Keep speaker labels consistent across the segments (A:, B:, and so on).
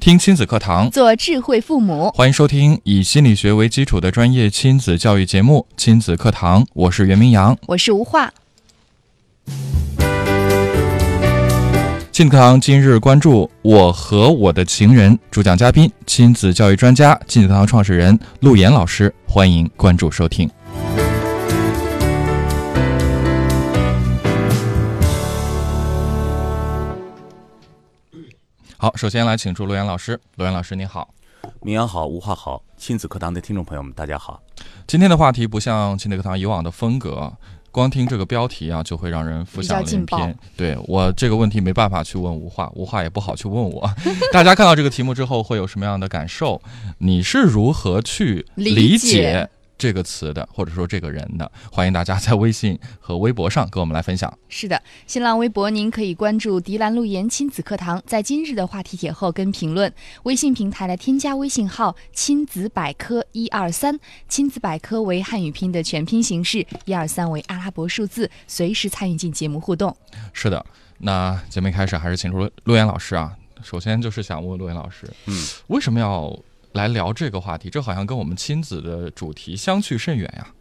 A: 听亲子课堂，
B: 做智慧父母。
A: 欢迎收听以心理学为基础的专业亲子教育节目《亲子课堂》，我是袁明阳。
B: 我是吴化。
A: 亲子课堂今日关注：我和我的情人。主讲嘉宾：亲子教育专家、亲子课堂创始人陆岩老师。欢迎关注收听。好，首先来请出陆岩老师。陆岩老师，你好。
C: 明阳好，无话好，亲子课堂的听众朋友们，大家好。
A: 今天的话题不像亲子课堂以往的风格，光听这个标题啊，就会让人浮想
B: 比较劲
A: 联
B: 爆
A: 翩。对我这个问题没办法去问吴话，吴话也不好去问我。 大家看到这个题目之后会有什么样的感受？你是如何去
B: 理
A: 理
B: 解
A: 解这个词的，或者说这个人的？欢迎大家在微信和微博上跟我们来分享。
B: 是的，新浪微博您可以关注“迪兰路言亲子课堂”，在今日的话题帖后跟评论。微信平台来添加微信号“亲子百科一二三”，亲子百科为汉语拼的全拼形式，一二三为阿拉伯数字，随时参与进节目互动。
A: 是的，那节目一开始还是请出陆陆岩老师啊。首先就是想问陆岩老师，
C: 嗯，
A: 为什么要来聊这个话题？这好像跟我们亲子的主题相去甚远呀。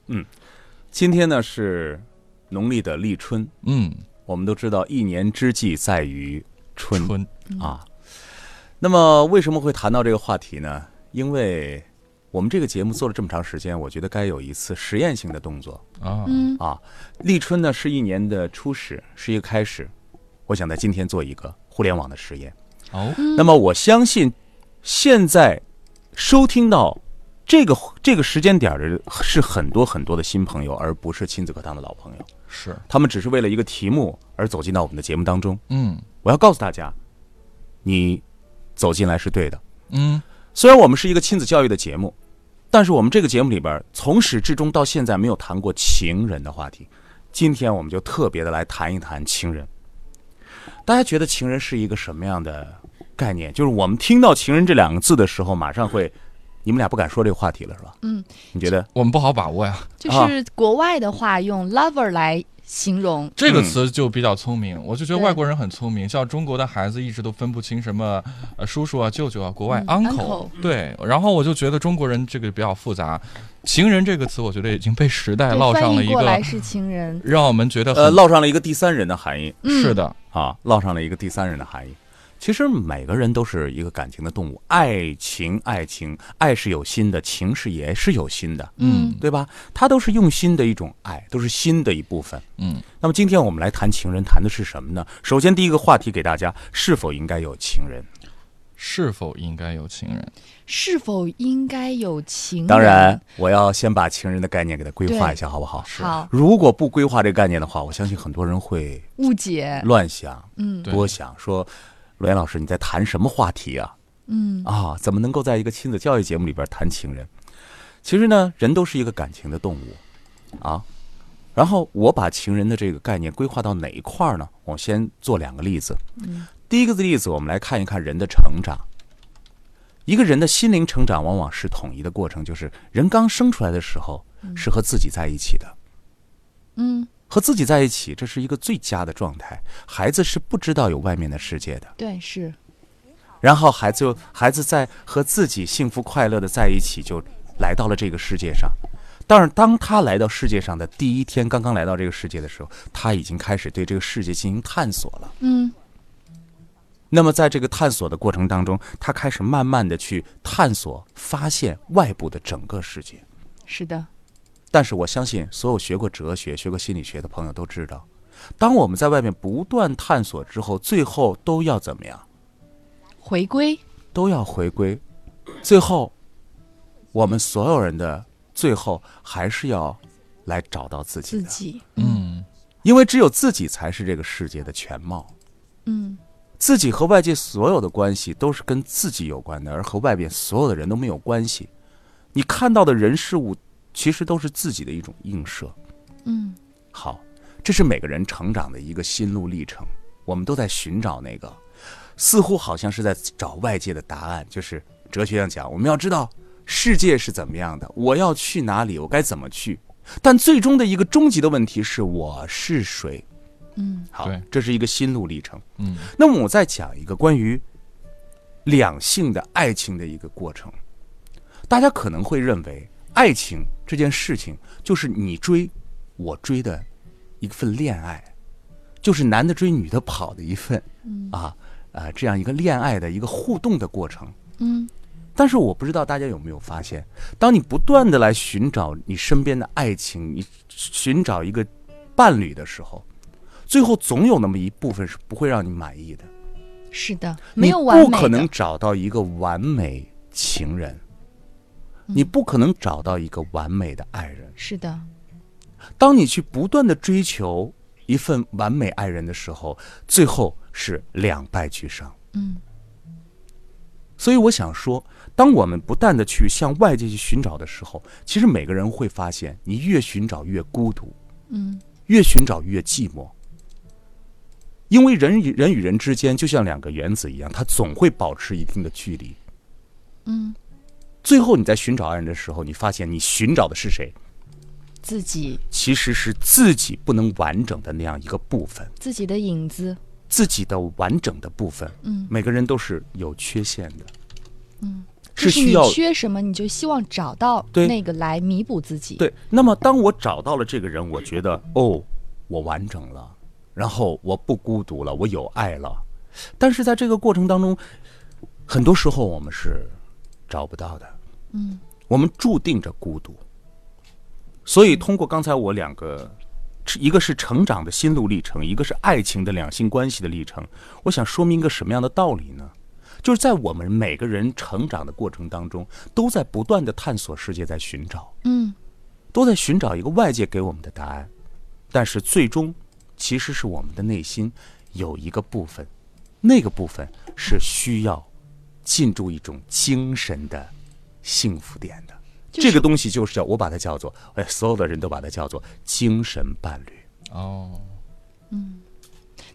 C: 今天呢是农历的立春，
A: 嗯，
C: 我们都知道一年之计在于春
A: 春，
C: 啊。那么为什么会谈到这个话题呢？因为我们这个节目做了这么长时间，我觉得该有一次实验性的动作
A: 啊，
B: 嗯，
C: 啊。立春呢是一年的初始，是一个开始。我想在今天做一个互联网的实验。
A: 哦，
B: 嗯
C: 那么我相信，现在收听到这个这个时间点儿的是很多很多的新朋友，而不是亲子课堂的老朋友。
A: 是，
C: 他们只是为了一个题目而走进到我们的节目当中。
A: 嗯
C: 我要告诉大家，你走进来是对的。
A: 嗯，
C: 虽然我们是一个亲子教育的节目，但是我们这个节目里边儿从始至终到现在没有谈过情人的话题。今天我们就特别的来谈一谈情人。大家觉得情人是一个什么样的概念？就是我们听到“情人”这两个字的时候，马上会，你们俩不敢说这个话题了，是吧？
B: 嗯，
C: 你觉得？
A: 我们不好把握呀。
C: 啊
B: 就是国外的话用 “lover” 来形容，
A: 这个
C: 嗯
A: 词就比较聪明，我就觉得
B: 对
A: 外国人很聪明，像中国的孩子一直都分不清什么呃叔叔啊、舅舅啊，国外
B: 嗯
A: uncle。对，然后我就觉得中国人这个比较复杂，情人这个词，我觉得已经被时代
B: 对
A: 烙上
B: 翻
A: 了
B: 译
A: 一
B: 过来
A: 个
B: 是情人。
A: 让我们觉得
C: 呃，
A: 很
C: 烙上了一个第三人的含义。
B: 嗯
A: 是的，
C: 啊，烙上了一个第三人的含义。其实每个人都是一个感情的动物，爱情，爱情，爱是有心的，情是也是有心的，
A: 嗯
C: 对吧？它都是用心的一种爱，都是心的一部分。
A: 嗯，
C: 那么今天我们来谈情人，谈的是什么呢？首先，第一个话题给大家，是否应该有情人？
A: 是否应该有情人？
B: 是否应该有情人？
C: 当然，我要先把情人的概念给它规划一下，好不好？
B: 好
C: 如果不规划这个概念的话，我相信很多人会
B: 误解，
C: 乱想，
B: 嗯
A: 对
C: 多想，说罗岩老师你在谈什么话题啊？
B: 嗯
C: 啊，怎么能够在一个亲子教育节目里边谈情人？其实呢，人都是一个感情的动物，啊。然后我把情人的这个概念规划到哪一块儿呢？我先做两个例子。
B: 嗯
C: 第一个例子，我们来看一看人的成长。一个人的心灵成长往往是统一的过程，就是人刚生出来的时候是和自己在一起的，
B: 嗯，
C: 和自己在一起，这是一个最佳的状态。孩子是不知道有外面的世界的。
B: 对，是
C: 然后孩子就孩子在和自己幸福快乐的在一起，就来到了这个世界上。但是当他来到世界上的第一天，刚刚来到这个世界的时候，他已经开始对这个世界进行探索了。
B: 嗯
C: 那么在这个探索的过程当中，他开始慢慢的去探索、发现外部的整个世界。
B: 是的，
C: 但是我相信，所有学过哲学、学过心理学的朋友都知道，当我们在外面不断探索之后，最后都要怎么样？
B: 回归
C: 都要回归。最后，我们所有人的最后还是要来找到自己
B: 自
C: 的，
B: 己，
A: 嗯
C: 因为只有自己才是这个世界的全貌，
B: 嗯
C: 自己和外界所有的关系都是跟自己有关的，而和外边所有的人都没有关系。你看到的人事物，其实都是自己的一种映射。
B: 嗯
C: 好，这是每个人成长的一个心路历程，我们都在寻找那个，似乎好像是在找外界的答案。就是哲学上讲，我们要知道世界是怎么样的，我要去哪里，我该怎么去。但最终的一个终极的问题是我是谁。
B: 嗯
C: 好
A: 对，
C: 这是一个心路历程。
A: 嗯
C: 那么我再讲一个关于两性的爱情的一个过程。大家可能会认为，爱情这件事情就是你追我追的一份恋爱，就是男的追女的跑的一份啊啊这样一个恋爱的一个互动的过程。
B: 嗯
C: 但是我不知道大家有没有发现，当你不断的来寻找你身边的爱情，你寻找一个伴侣的时候，最后总有那么一部分是不会让你满意的。
B: 是的，
C: 你
B: 没有完美的
C: 不可能找到一个完美情人，你不可能找到一个完美的爱人。
B: 是的，
C: 当你去不断的追求一份完美爱人的时候，最后是两败俱伤。
B: 嗯
C: 所以我想说，当我们不断的去向外界去寻找的时候，其实每个人会发现，你越寻找越孤独，
B: 嗯
C: 越寻找越寂寞。因为人与人与人之间就像两个原子一样，它总会保持一定的距离。
B: 嗯，
C: 最后你在寻找爱人的时候，你发现你寻找的是谁，
B: 自己
C: 其实是自己不能完整的那样一个部分，
B: 自己的影子，
C: 自己的完整的部分。
B: 嗯，
C: 每个人都是有缺陷的，嗯，
B: 就是是你
C: 需要
B: 缺什么，你就希望找到
C: 对
B: 那个来弥补自己。，
C: 对。那么当我找到了这个人，我觉得哦，我完整了，然后我不孤独了，我有爱了。但是在这个过程当中，很多时候我们是找不到的，嗯，我们注定着孤独。所以通过刚才我两个，一个是成长的心路历程，一个是爱情的两性关系的历程，我想说明一个什么样的道理呢？就是在我们每个人成长的过程当中，都在不断的探索世界，在寻找。
B: 嗯
C: 都在寻找一个外界给我们的答案，但是最终其实是我们的内心有一个部分，那个部分是需要进入一种精神的幸福点的。
B: 就是
C: 这个东西就是叫我把它叫做，哎，所有的人都把它叫做精神伴侣。
A: 哦，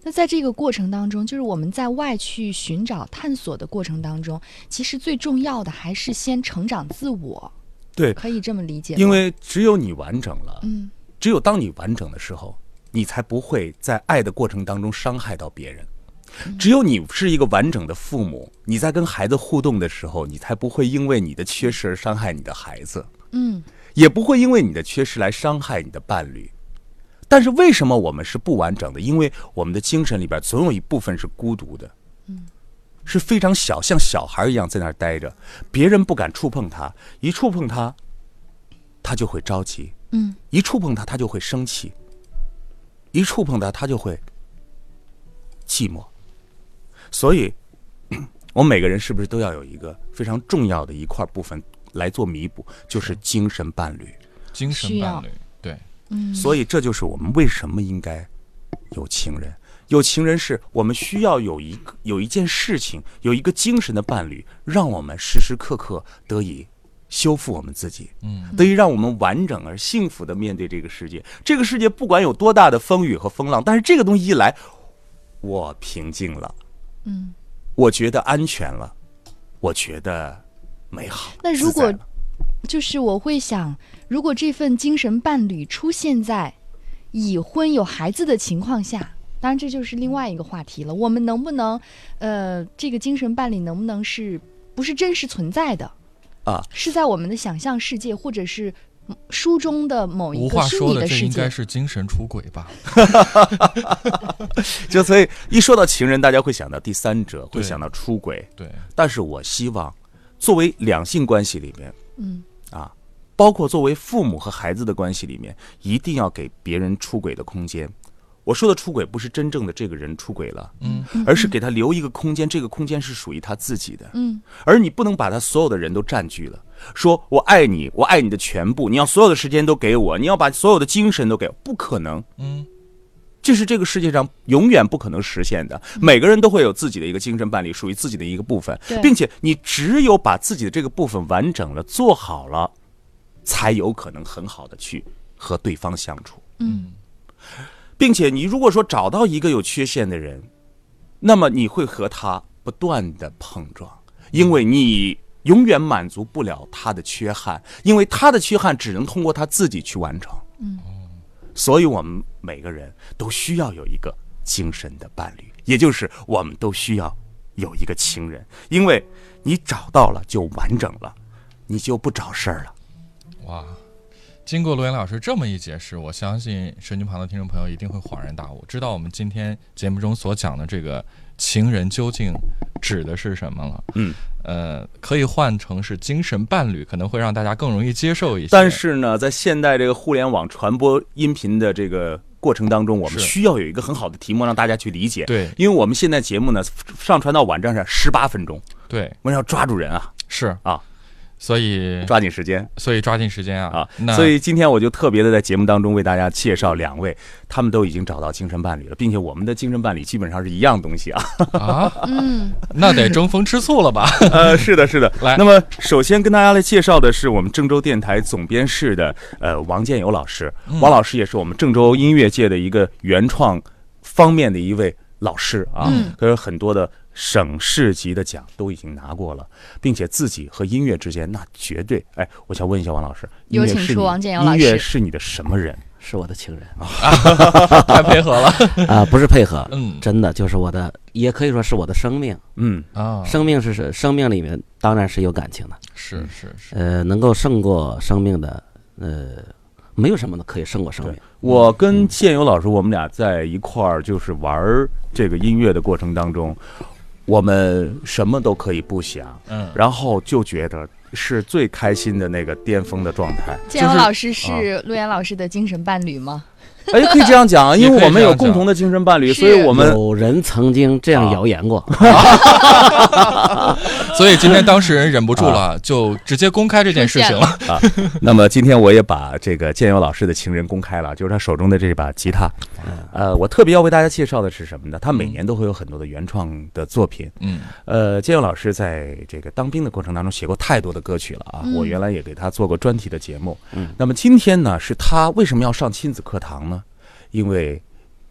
B: 那在这个过程当中，就是我们在外去寻找、探索的过程当中，其实最重要的还是先成长自我，
C: 对，
B: 可以这么理解吗？
C: 因为只有你完整了，
B: 嗯
C: 只有当你完整的时候，你才不会在爱的过程当中伤害到别人。
B: 嗯
C: 只有你是一个完整的父母，你在跟孩子互动的时候，你才不会因为你的缺失而伤害你的孩子，
B: 嗯
C: 也不会因为你的缺失来伤害你的伴侣。但是为什么我们是不完整的？因为我们的精神里边总有一部分是孤独的，
B: 嗯
C: 是非常小，像小孩一样在那儿待着，别人不敢触碰他，一触碰他，他就会着急。
B: 嗯
C: 一触碰它，它就会生气；一触碰它，它就会寂寞。所以，我们每个人是不是都要有一个非常重要的一块部分来做弥补，就是精神伴侣？
A: 精神
B: 需要
A: 伴侣，对，
B: 嗯，
C: 所以，这就是我们为什么应该有情人。有情人是我们需要有一个有一件事情，有一个精神的伴侣，让我们时时刻刻得以修复我们自己。
A: 嗯，
C: 得以让我们完整而幸福的面对这个世界。这个世界不管有多大的风雨和风浪，但是这个东西一来，我平静了，
B: 嗯，
C: 我觉得安全了，我觉得美好。
B: 那如
C: 自在
B: 果
C: 了
B: 就是我会想，如果这份精神伴侣出现在已婚有孩子的情况下，当然这就是另外一个话题了。我们能不能，呃，这个精神伴侣能不能是不是真实存在的
C: 啊？
B: 是在我们的想象世界，或者是嗯书中的某一
A: 无
B: 个
A: 话
B: 虚
A: 说
B: 拟
A: 了，这
B: 世
A: 应该
B: 界？
A: 是精神出轨吧？
C: 就所以一说到情人，大家会想到第三者，会
A: 对
C: 想到出轨。
A: 对，
C: 但是我希望，作为两性关系里面，
B: 嗯
C: 啊，包括作为父母和孩子的关系里面，一定要给别人出轨的空间。我说的出轨不是真正的这个人出轨了，
A: 嗯，
C: 而是给他留一个空间，这个空间是属于他自己的，
B: 嗯，
C: 而你不能把他所有的人都占据了。说我爱你，我爱你的全部，你要所有的时间都给我，你要把所有的精神都给我，不可能。
A: 嗯，
C: 这是这个世界上永远不可能实现的。每个人都会有自己的一个精神伴侣，属于自己的一个部分
B: 嗯对，
C: 并且你只有把自己的这个部分完整了、做好了，才有可能很好的去和对方相处。
B: 嗯，
C: 并且你如果说找到一个有缺陷的人，那么你会和他不断的碰撞，因为你永远满足不了他的缺憾，因为他的缺憾只能通过他自己去完成。嗯，所以我们每个人都需要有一个精神的伴侣，也就是我们都需要有一个情人，因为你找到了就完整了，你就不找事儿了。
A: 哇，经过罗岩老师这么一解释，我相信神经旁的听众朋友一定会恍然大悟，知道我们今天节目中所讲的这个情人究竟指的是什么了。
C: 嗯，
A: 呃，可以换成是精神伴侣，可能会让大家更容易接受一些。
C: 但是呢，在现代这个互联网传播音频的这个过程当中，我们
A: 是
C: 需要有一个很好的题目让大家去理解。，
A: 对
C: 因为我们现在节目呢上传到网站上十八分钟，
A: 对
C: 我们要抓住人啊，
A: 是
C: 啊，
A: 所以
C: 抓紧时间
A: 所以抓紧时间啊
C: 啊！
A: 那
C: 所以今天我就特别的在节目当中为大家介绍两位，他们都已经找到精神伴侣了，并且我们的精神伴侣基本上是一样东西啊。
A: 啊，
B: 嗯，
A: 那得争风吃醋了吧？
C: 呃，是的，是的。
A: 来
C: 那么首先跟大家来介绍的是我们郑州电台总编室的呃王建友老师，王老师也是我们郑州音乐界的一个原创方面的一位老师啊，
B: 嗯
C: 可是很多的省市级的奖都已经拿过了，并且自己和音乐之间那绝对，哎，我想问一下王老师，音
B: 有
C: 乐
B: 请
C: 是
B: 出
C: 你
B: 王建友老
C: 音乐
B: 师
C: 是你的什么人？
D: 是我的情人啊、
A: 太配合 了，
D: 不是配合，
A: 嗯
D: 真的就是我的，也可以说是我的生命。
C: 嗯
A: 啊，
D: 生命是是生命里面当然是有感情的，
A: 是是是，
D: 呃，能够胜过生命的，呃，没有什么可以胜过生命。
C: 我跟建友老师，我们俩在一块儿就是玩儿这个音乐的过程当中，我们什么都可以不想，
A: 嗯，
C: 然后就觉得是最开心的那个巅峰的状态。
B: 建阳老
C: 师，
B: 师是
A: 啊
B: 陆岩老师的精神伴侣吗？
C: 哎，可以这样讲啊，因
A: 也可
C: 为
A: 以
C: 我们
A: 这
C: 有
A: 样讲
C: 共同的精神伴侣，
B: 是
C: 所以我们
D: 有人曾经这
C: 啊
D: 样谣言过，
A: 所以今天当事人忍不住
C: 啊
A: 了，就直接公开这件事情了。
C: 那么今天我也把这个建友老师的情人公开了，就是他手中的这把吉他。呃，我特别要为大家介绍的是什么呢？他每年都会有很多的原创的作品。
A: 嗯，
C: 呃，建勇老师在这个当兵的过程当中写过太多的歌曲了啊！
B: 嗯
C: 我原来也给他做过专题的节目。
D: 嗯，
C: 那么今天呢，是他为什么要上亲子课堂呢？因为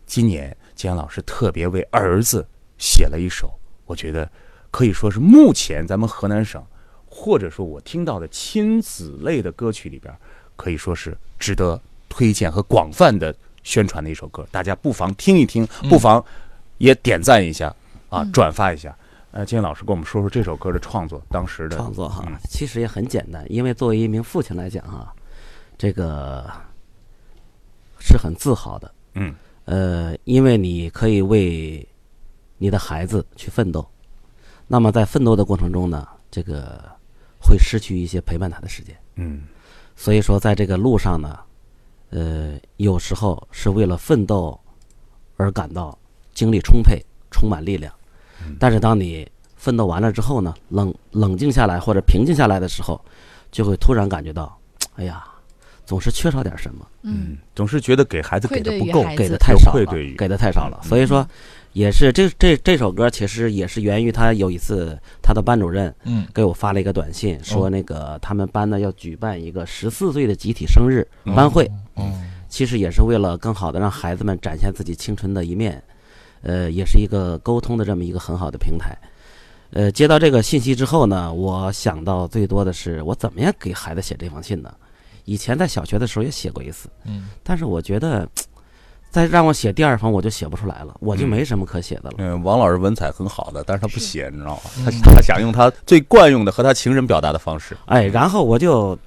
C: 今年建勇老师特别为儿子写了一首，我觉得可以说是目前咱们河南省，或者说我听到的亲子类的歌曲里边，可以说是值得推荐和广泛的宣传的一首歌，大家不妨听一听，
D: 嗯
C: 不妨也点赞一下、啊，转发一下。呃，今天老师跟我们说说这首歌的创作，当时的
D: 创作哈
C: 嗯，
D: 其实也很简单，因为作为一名父亲来讲哈，这个是很自豪的。
C: 嗯，
D: 呃，因为你可以为你的孩子去奋斗，那么在奋斗的过程中呢，这个会失去一些陪伴他的时间，
C: 嗯
D: 所以说在这个路上呢，呃，有时候是为了奋斗而感到精力充沛、充满力量，
C: 嗯
D: 但是当你奋斗完了之后呢，冷冷静下来或者平静下来的时候，就会突然感觉到，哎呀，总是缺少点什么。
B: 嗯，，
C: 总是觉得给孩子给
B: 愧
C: 的
B: 对
C: 不
B: 于
C: 够，
B: 孩
D: 给
B: 子
D: 的太少
C: 哎愧
D: 了
C: 对于，
D: 给的太少了。
C: 嗯
D: 所以说，也是这这这首歌其实也是源于他有一次他的班主任
A: 嗯
D: 给我发了一个短信，说
C: 嗯
D: 那个他们班呢要举办一个十四岁的集体生日
C: 嗯
D: 班会，
A: 哦，
D: 其实也是为了更好的让孩子们展现自己青春的一面，呃，也是一个沟通的这么一个很好的平台。呃，接到这个信息之后呢，我想到最多的是我怎么样给孩子写这封信呢？以前在小学的时候也写过一次，
A: 嗯，
D: 但是我觉得，再让我写第二封我就写不出来了，我就
C: 嗯
D: 没什么可写的了。
C: 嗯，王老师文采很好的，但是他不写，你知道吗？他他想用他最惯用的和他情人表达的方式。
D: 哎，然后我就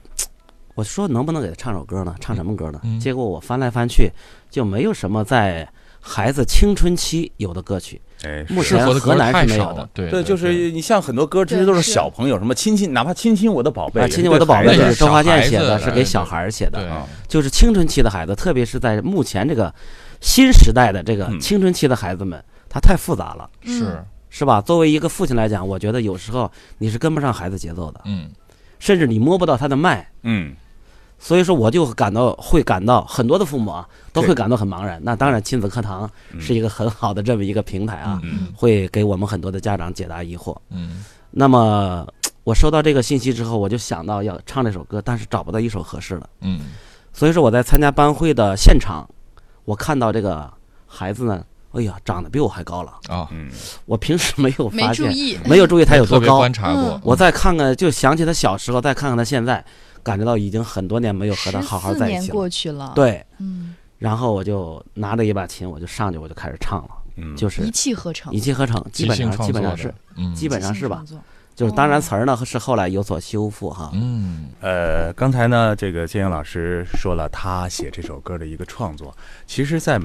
D: 我说能不能给他唱首歌呢？唱什么歌呢？
A: 嗯
D: 结果我翻来翻去就没有什么在孩子青春期有的歌曲。
C: 哎，
D: 目
A: 适
D: 前
A: 合的
D: 河
A: 歌
D: 南
A: 太
D: 是没
A: 少了
D: 有的，。
A: 对
C: 对，就是你像很多歌，其实都是
B: 对是
C: 小朋友，什么亲亲，哪怕亲亲我的宝贝，
D: 啊，
C: 也是
D: 亲亲我的
C: 对
D: 宝
C: 孩
D: 贝
C: 子
A: 那
D: 是周华健写
A: 小孩
D: 的，
A: 子
D: 是给小孩儿写
A: 对
D: 的，就是青春期的孩子，特别是在目前这个新时代的这个
C: 嗯
D: 青春期的孩子们，他太复杂了，
B: 嗯
A: 是
D: 是吧？作为一个父亲来讲，我觉得有时候你是跟不上孩子节奏的，
A: 嗯
D: 甚至你摸不到他的脉，
C: 嗯，
D: 所以说，我就感到会感到很多的父母啊，都
C: 对
D: 会感到很茫然。那当然，亲子课堂是一个很好的这么一个平台啊，
A: 嗯
D: 会给我们很多的家长解答疑惑。
A: 嗯
D: 那么呃我收到这个信息之后，我就想到要唱这首歌，但是找不到一首合适的。
A: 嗯
D: 所以说我在参加班会的现场，我看到这个孩子呢，哎呀，长得比我还高了。
A: 啊，
C: 嗯，
D: 我平时没有
B: 没
D: 发
B: 注
D: 现，
B: 意，
D: 没有注意他有
A: 特
D: 多
A: 别
D: 高
A: 观。察过
B: 嗯，
D: 我再看看，就想起他小时候，再看看他现在，感觉到已经很多年没有和他好好在一
B: 年
D: 起
B: 过
D: 了。
B: 去了，，
D: 对，
B: 嗯，
D: 然后我就拿着一把琴，我就上去，我就开始唱了，
C: 嗯
D: 就
B: 一
D: 是
B: 气呵成
D: 一，气呵成，基
A: 即
D: 本
A: 兴
D: 上
A: 创
D: 基
A: 作
D: 本上
A: 的
D: 是，
A: 嗯
D: 基本上是吧
B: 即兴创作？
D: 就是当然词儿呢是后来有所修复哈。
A: 嗯
C: 呃，刚才呢，这个建英老师说了他写这首歌的一个创作，其实在，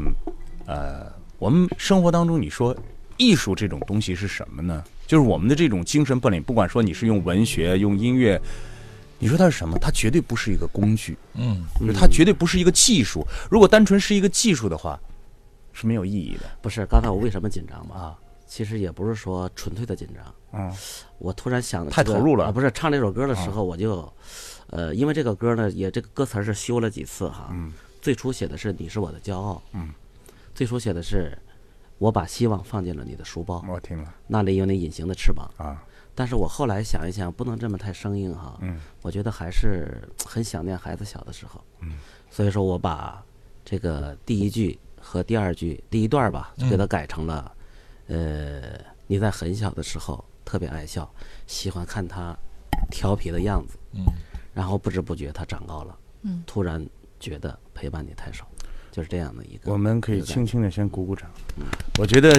C: 呃我们生活当中，你说艺术这种东西是什么呢？就是我们的这种精神本领，不管说你是用文学、用音乐，你说它是什么？它绝对不是一个工具，
A: 嗯
C: 就是它绝对不是一个技术。如果单纯是一个技术的话，是没有意义的
D: 不是，刚才我为什么紧张吧？
C: 啊。
D: 其实也不是说纯粹的紧张，
C: 嗯
D: 我突然想、这个，
C: 太投入了嗯
D: 啊不是唱这首歌的时候，我就，呃，因为这个歌呢，也这个歌词儿是修了几次哈。
C: 嗯。
D: 最初写的是“你是我的骄傲”。
C: 嗯。
D: 最初写的是“我把希望放进了你的书包，
C: 我听了
D: 那里有你隐形的翅膀”。
C: 啊，
D: 但是我后来想一想，不能这么太生硬哈。
C: 嗯。
D: 我觉得还是很想念孩子小的时候。嗯。所以说我把这个第一句和第二句第一段儿吧，就给它改成了，呃，你在很小的时候特别爱笑，喜欢看他调皮的样子，
A: 嗯
D: 然后不知不觉他长高了，
B: 嗯，
D: 突然觉得陪伴你太少，就是这样的一个。
C: 我们可以
D: 一个感
C: 轻轻的先鼓鼓掌。我觉得，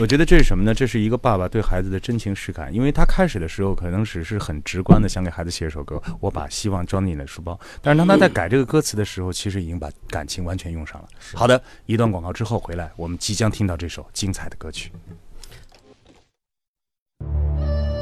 C: 我觉得这是什么呢？这是一个爸爸对孩子的真情实感，因为他开始的时候可能只是很直观的想给孩子写一首歌，我把希望装进你的书包。但是当他在改这个歌词的时候，其实已经把感情完全用上了。好的，一段广告之后回来，我们即将听到这首精彩的歌曲。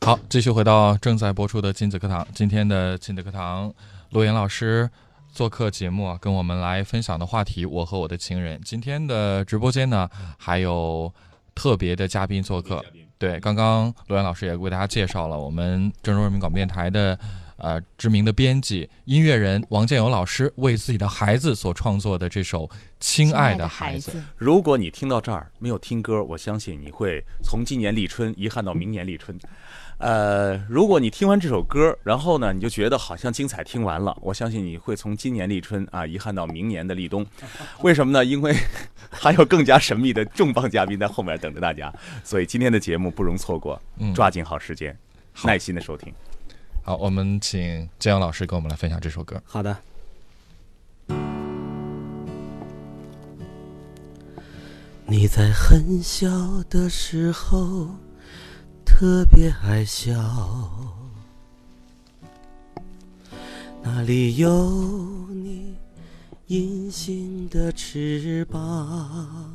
A: 好，继续回到正在播出的亲子课堂。今天的亲子课堂，陆岩老师做客节目啊，跟我们来分享的话题《我和我的情人》。今天的直播间呢，还有特别的嗯嘉宾做客。对，刚刚陆岩老师也为大家介绍了我们郑州人民广播电台的。呃，知名的编辑、音乐人王建友老师为自己的孩子所创作的这首《亲爱的孩子》，，
C: 如果你听到这儿没有听歌，我相信你会从今年立春遗憾到明年立春。呃，如果你听完这首歌，然后呢，你就觉得好像精彩听完了，我相信你会从今年立春啊遗憾到明年的立冬。为什么呢？因为 还有更加神秘的重磅嘉宾在后面等着大家，所以今天的节目不容错过，抓紧好时间，耐心的收听。
A: 好，我们请建勇老师跟我们来分享这首歌。
D: 好的。你在很小的时候特别爱笑，那里有你隐形的翅膀，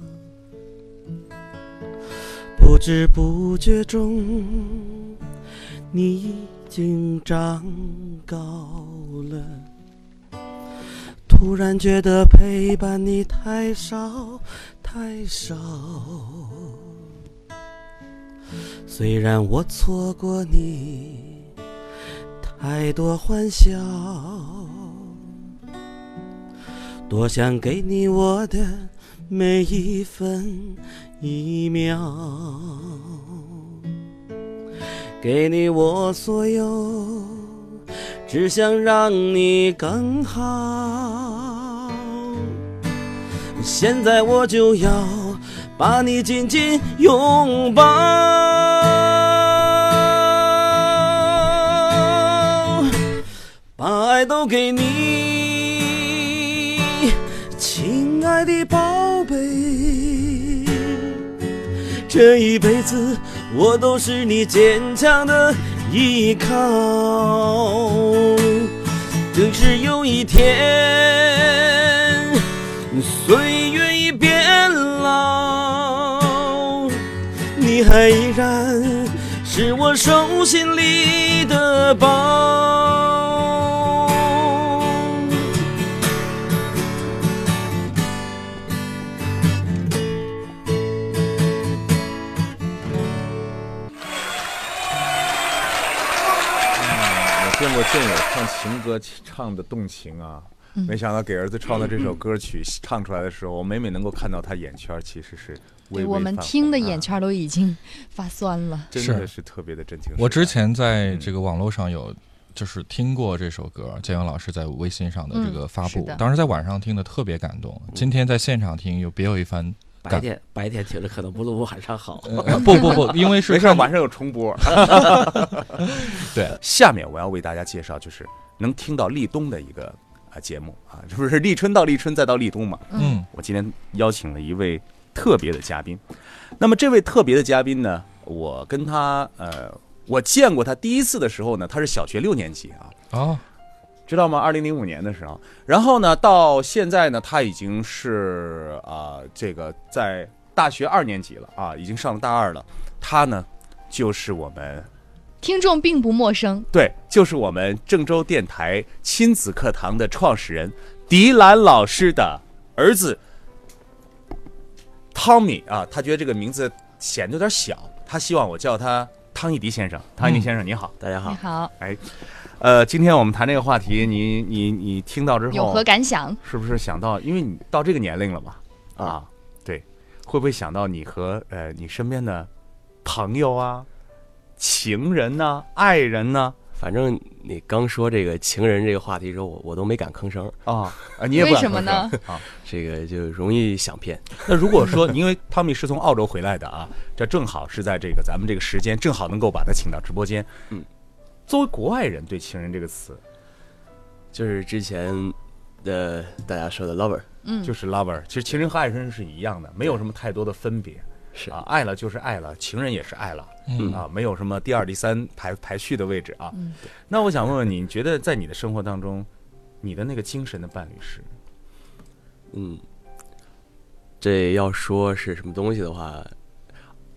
D: 不知不觉中，你已经长高了。突然觉得陪伴你太少太少，虽然我错过你太多欢笑，多想给你我的每一分一秒。给你我所有，只想让你更好。现在我就要把你紧紧拥抱。把爱都给你，亲爱的宝贝，这一辈子我都是你坚强的依靠。只是有一天，岁月已变老，你还依然是我手心里的宝。
C: 我见过建友唱情歌唱的动情啊，
B: 嗯
C: 没想到给儿子唱的这首歌曲唱出来的时候，我每每能够看到他眼圈其实是微微
B: 我们
C: 泛
B: 听
C: 红
B: 的
C: 啊
B: 眼圈都已经发酸了。
C: 真的是特别的真情实感。
A: 我之前在这个网络上
B: 嗯
A: 有就是听过这首歌，建勇老师在微信上的这个发
B: 嗯是
A: 布
B: 的，嗯
A: 当时在晚上听的特别感动，今天在现场听有别有一 番。
E: 白天白天听着可能不如晚上好。
A: 呃不不不，因为是
C: 没事儿，晚上有重播。啊
A: 对，
C: 下面我要为大家介绍，就是能听到立冬的一个啊节目啊，这不是立春到立春再到立冬嘛？
A: 嗯
C: 我今天邀请了一位特别的嘉宾。那么这位特别的嘉宾呢，我跟他呃，我见过他第一次的时候呢，他是小学六年级啊，
A: 哦，
C: 知道吗？二零零五年的时候，然后呢，到现在呢，他已经是啊、这个在大学二年级了啊，已经上了大二了。他呢，就是我们
B: 听众并不陌生，
C: 对，就是我们郑州电台亲子课堂的创始人迪兰老师的儿子汤米啊，他觉得这个名字显得有点小，他希望我叫他汤一迪先生。汤一迪先生，你好。
E: 大家好，
B: 你好，
C: 呃，今天我们谈这个话题，你你你听到之后
B: 有何感想？
C: 是不是想到，因为你到这个年龄了嘛，啊，对，会不会想到你和呃你身边的朋友啊、情人呐、爱人呐
D: 反正你刚说这个情人这个话题的时候，我我都没敢吭声，
C: 啊啊，你也不
B: 为
C: 敢
B: 什么
C: 吭声
B: 呢？
C: 啊，
D: 这个就容易想骗。
C: 那如果说，因为汤米是从澳洲回来的啊，这正好是在这个咱们这个时间，正好能够把他请到直播间。
D: 嗯，
C: 作为国外人对“情人”这个词，
D: 就是之前的大家说的 lover，
B: 嗯
C: 就是 lover，其实情人和爱人是一样的，没有什么太多的分别。
D: 是
C: 啊，爱了就是爱了，情人也是爱了，
A: 嗯
C: 啊，没有什么第二、第三排排序的位置啊。那我想问问你，你觉得在你的生活当中，你的那个精神的伴侣是
D: 嗯，这要说是什么东西的话，啊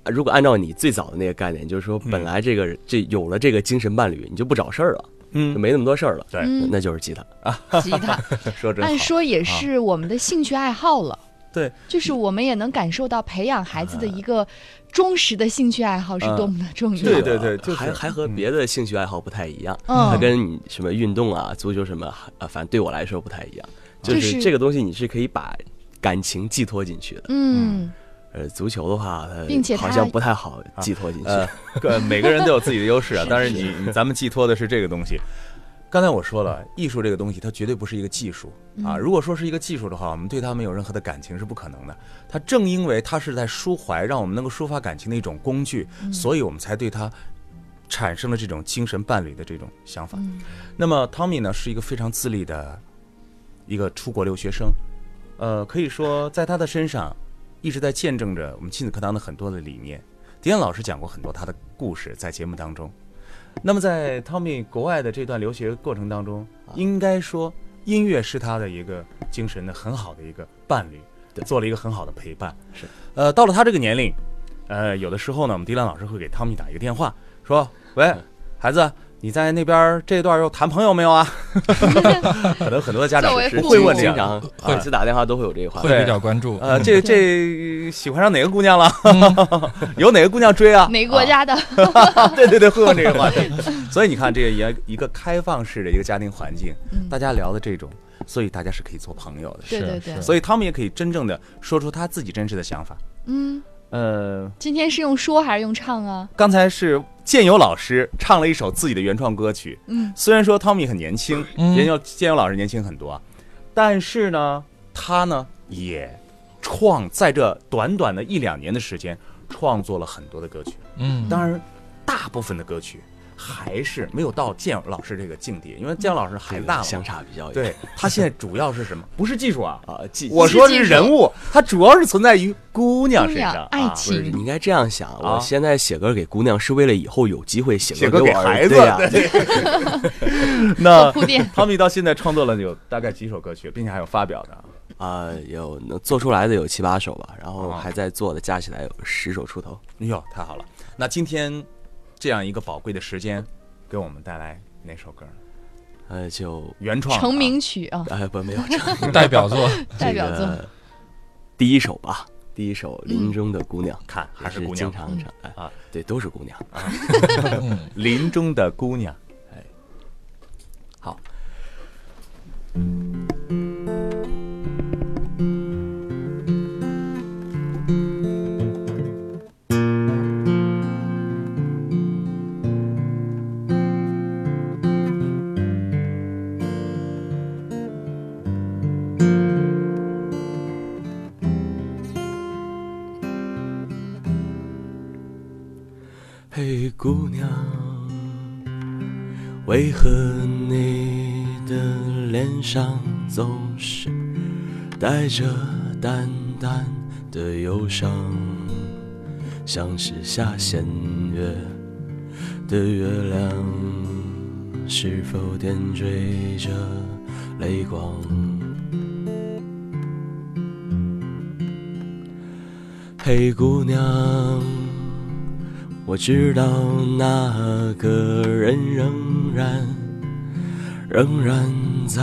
D: 如果按照你最早的那个概念，就是说
C: 嗯
D: 本来这个、这有了这个精神伴侣，你就不找事儿了，就
C: 嗯，
D: 没那么多事儿了，
C: 对，
B: 嗯，
D: 那就是吉他。
B: 吉他，
C: 说真
B: 按
C: 好。啊
B: 说也是我们的兴趣爱好了。
C: 对，
B: 就是我们也能感受到培养孩子的一个忠实的兴趣爱好是多么的重要。
C: 对对对，就是嗯
D: 还还和别的兴趣爱好不太一样，
B: 嗯
D: 它跟你什么运动啊、足球什么啊，反正对我来说不太一样。就
B: 就是
D: 是这个东西，你是可以把感情寄托进去的。
B: 嗯，
D: 呃，足球的话，它
B: 并且它
D: 好像不太好寄托进去。
C: 呃，个每个人都有自己的优势啊，但是你你咱们寄托的是这个东西。刚才我说了，艺术这个东西它绝对不是一个技术啊。如果说是一个技术的话，我们对它没有任何的感情是不可能的。它正因为它是在抒怀，让我们能够抒发感情的一种工具，所以我们才对它产生了这种精神伴侣的这种想法。那么汤米呢，是一个非常自立的一个出国留学生，呃，可以说在他的身上一直在见证着我们亲子课堂的很多的理念。迪安老师讲过很多他的故事在节目当中。那么在汤米国外的这段留学过程当中，应该说音乐是他的一个精神的很好的一个伴侣，
D: 对
C: 做了一个很好的陪伴。
D: 是，
C: 呃，到了他这个年龄，呃，有的时候呢，我们迪兰老师会给汤米打一个电话，说：“喂，孩子。”你在那边这段又谈朋友没有啊？ 可能很多的家长
B: 作为
C: 是
B: 父
C: 会问
B: 母
C: 这样
D: 经
C: 的，
D: 常呃每次打电话都会有这个话题。
A: 会比较关注。
C: 呃，
A: 嗯
C: 这这喜欢上哪个姑娘了？ 有哪个姑娘追啊？
B: 哪个国家的？
C: 对对对，会问这个话题。所以你看，这一个一个开放式的一个家庭环境，大家聊的这种，所以大家是可以做朋友的。
B: 对
A: 是
B: 对对
A: 是
C: 所以他们也可以真正的说出他自己真实的想法。
B: 嗯，
C: 呃，
B: 今天是用说还是用唱啊？
C: 刚才是建友老师唱了一首自己的原创歌曲。
B: 嗯，
C: 虽然说汤米很年轻，
A: 嗯
C: 建友建友老师年轻很多啊，但是呢，他呢也创在这短短的一两年的时间，创作了很多的歌曲。
A: 嗯，
C: 当然，大部分的歌曲还是没有到建老师这个境地，因为建老师
D: 这
C: 孩子
D: 个
C: 大嘛。
D: 相差比较远。
C: 对他现在主要是什么？不是技术啊，
D: 啊，记
C: 我
D: 记
C: 说是人物，它主要是存在于姑娘身
B: 姑娘
C: 上，
B: 哎爱
C: 啊
B: 情
D: 不是你应该这样想，
C: 啊
D: 我现在写歌给姑娘是为了以后有机会写
C: 写
D: 歌
C: 歌给
D: 我
C: 孩
D: 儿
C: 子
D: 对呀，
C: 那
B: 铺垫
C: 汤米到现在创作了有大概几首歌曲，并且还有发表的。
D: 啊，有能做出来的有七八首吧，然后
C: 啊
D: 还在做的加起来有十首出头。
C: 哎呦，太好了！那今天这样一个宝贵的时间，给我们带来哪首歌？
D: 呃，就
C: 原创的啊
B: 成名曲啊，
D: 哎不没有这样
A: 嗯代表作，
B: 代表作。
D: 第一首吧，第一首《
B: 嗯
D: 林中的姑娘》
C: 看还是
D: 也
C: 姑
D: 经
C: 娘
D: 常唱
C: 啊
D: 啊，对，都是姑娘。
A: 嗯，
C: 林中的姑娘。
D: 嘿，姑娘，为何你的脸上总是带着淡淡的忧伤，像是下弦月的月亮，是否点缀着泪光？嘿，姑娘。我知道那个人仍然，仍然在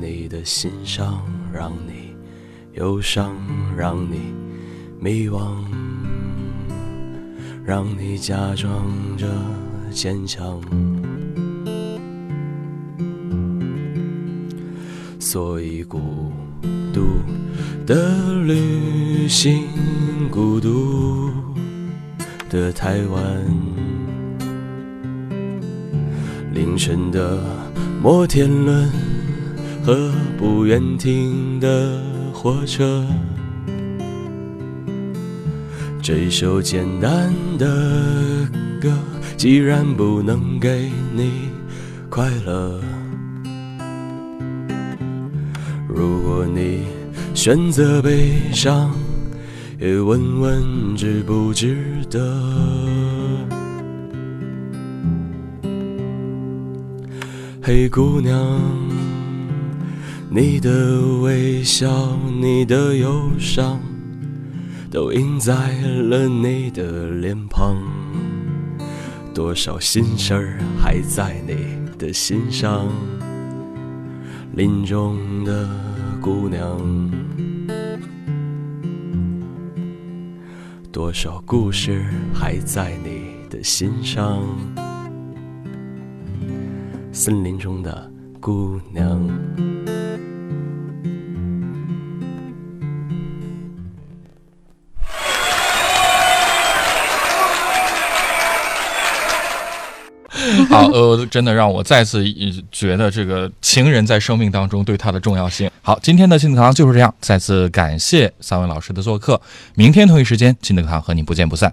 D: 你的心上，让你忧伤，让你迷惘，让你假装着坚强。所以孤独的旅行，孤独。的台湾，凌晨的摩天轮和不愿停的火车，这首简单的歌既然不能给你快乐，如果你选择悲伤。也问问值不值得。嘿，姑娘，你的微笑，你的忧伤，都印在了你的脸庞。多少心事儿还在你的心上，林中的姑娘。多少故事还在你的心上？森林中的姑娘。
A: 好，呃，真的让我再次一觉得这个情人在生命当中对他的重要性。好，今天的亲子课堂就是这样，再次感谢三位老师的做客，明天同一时间亲子课堂和你不见不散。